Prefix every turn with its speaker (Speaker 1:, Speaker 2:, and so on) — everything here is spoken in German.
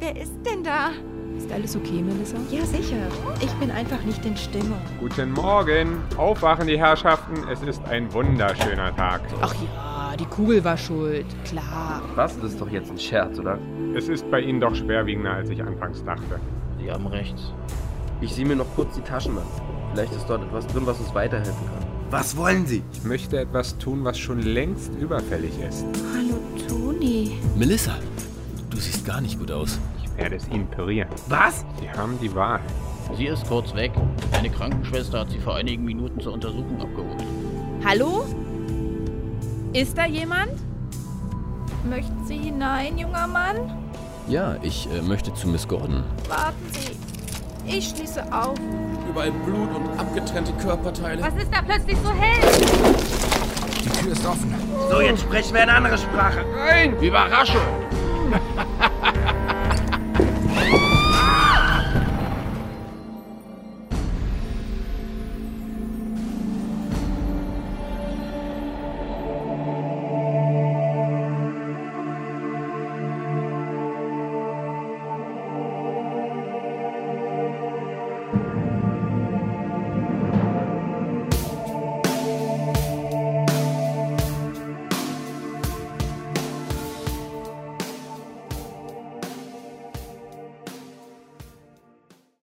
Speaker 1: Wer ist denn da?
Speaker 2: Ist alles okay, Melissa?
Speaker 1: Ja, sicher. Ich bin einfach nicht in Stimmung.
Speaker 3: Guten Morgen. Aufwachen, die Herrschaften. Es ist ein wunderschöner Tag.
Speaker 2: Ach ja, die Kugel war schuld. Klar.
Speaker 4: Was? Das ist doch jetzt ein Scherz, oder?
Speaker 3: Es ist bei Ihnen doch schwerwiegender, als ich anfangs dachte.
Speaker 5: Sie haben recht.
Speaker 4: Ich sehe mir noch kurz die Taschen an. Vielleicht ist dort etwas drin, was uns weiterhelfen kann.
Speaker 6: Was wollen Sie?
Speaker 3: Ich möchte etwas tun, was schon längst überfällig ist.
Speaker 1: Hallo, Toni.
Speaker 6: Melissa, du siehst gar nicht gut aus.
Speaker 3: Ich werde es Ihnen parieren.
Speaker 6: Was?
Speaker 3: Sie haben die Wahl.
Speaker 5: Sie ist kurz weg. Eine Krankenschwester hat sie vor einigen Minuten zur Untersuchung abgeholt.
Speaker 7: Hallo? Ist da jemand? Möchten Sie hinein, junger Mann?
Speaker 6: Ja, ich äh, möchte zu Miss Gordon.
Speaker 7: Warten Sie. Ich schließe auf.
Speaker 8: Überall Blut und abgetrennte Körperteile.
Speaker 7: Was ist da plötzlich so hell?
Speaker 8: Die Tür ist offen.
Speaker 4: So, jetzt sprechen wir eine andere Sprache.
Speaker 5: Überraschung!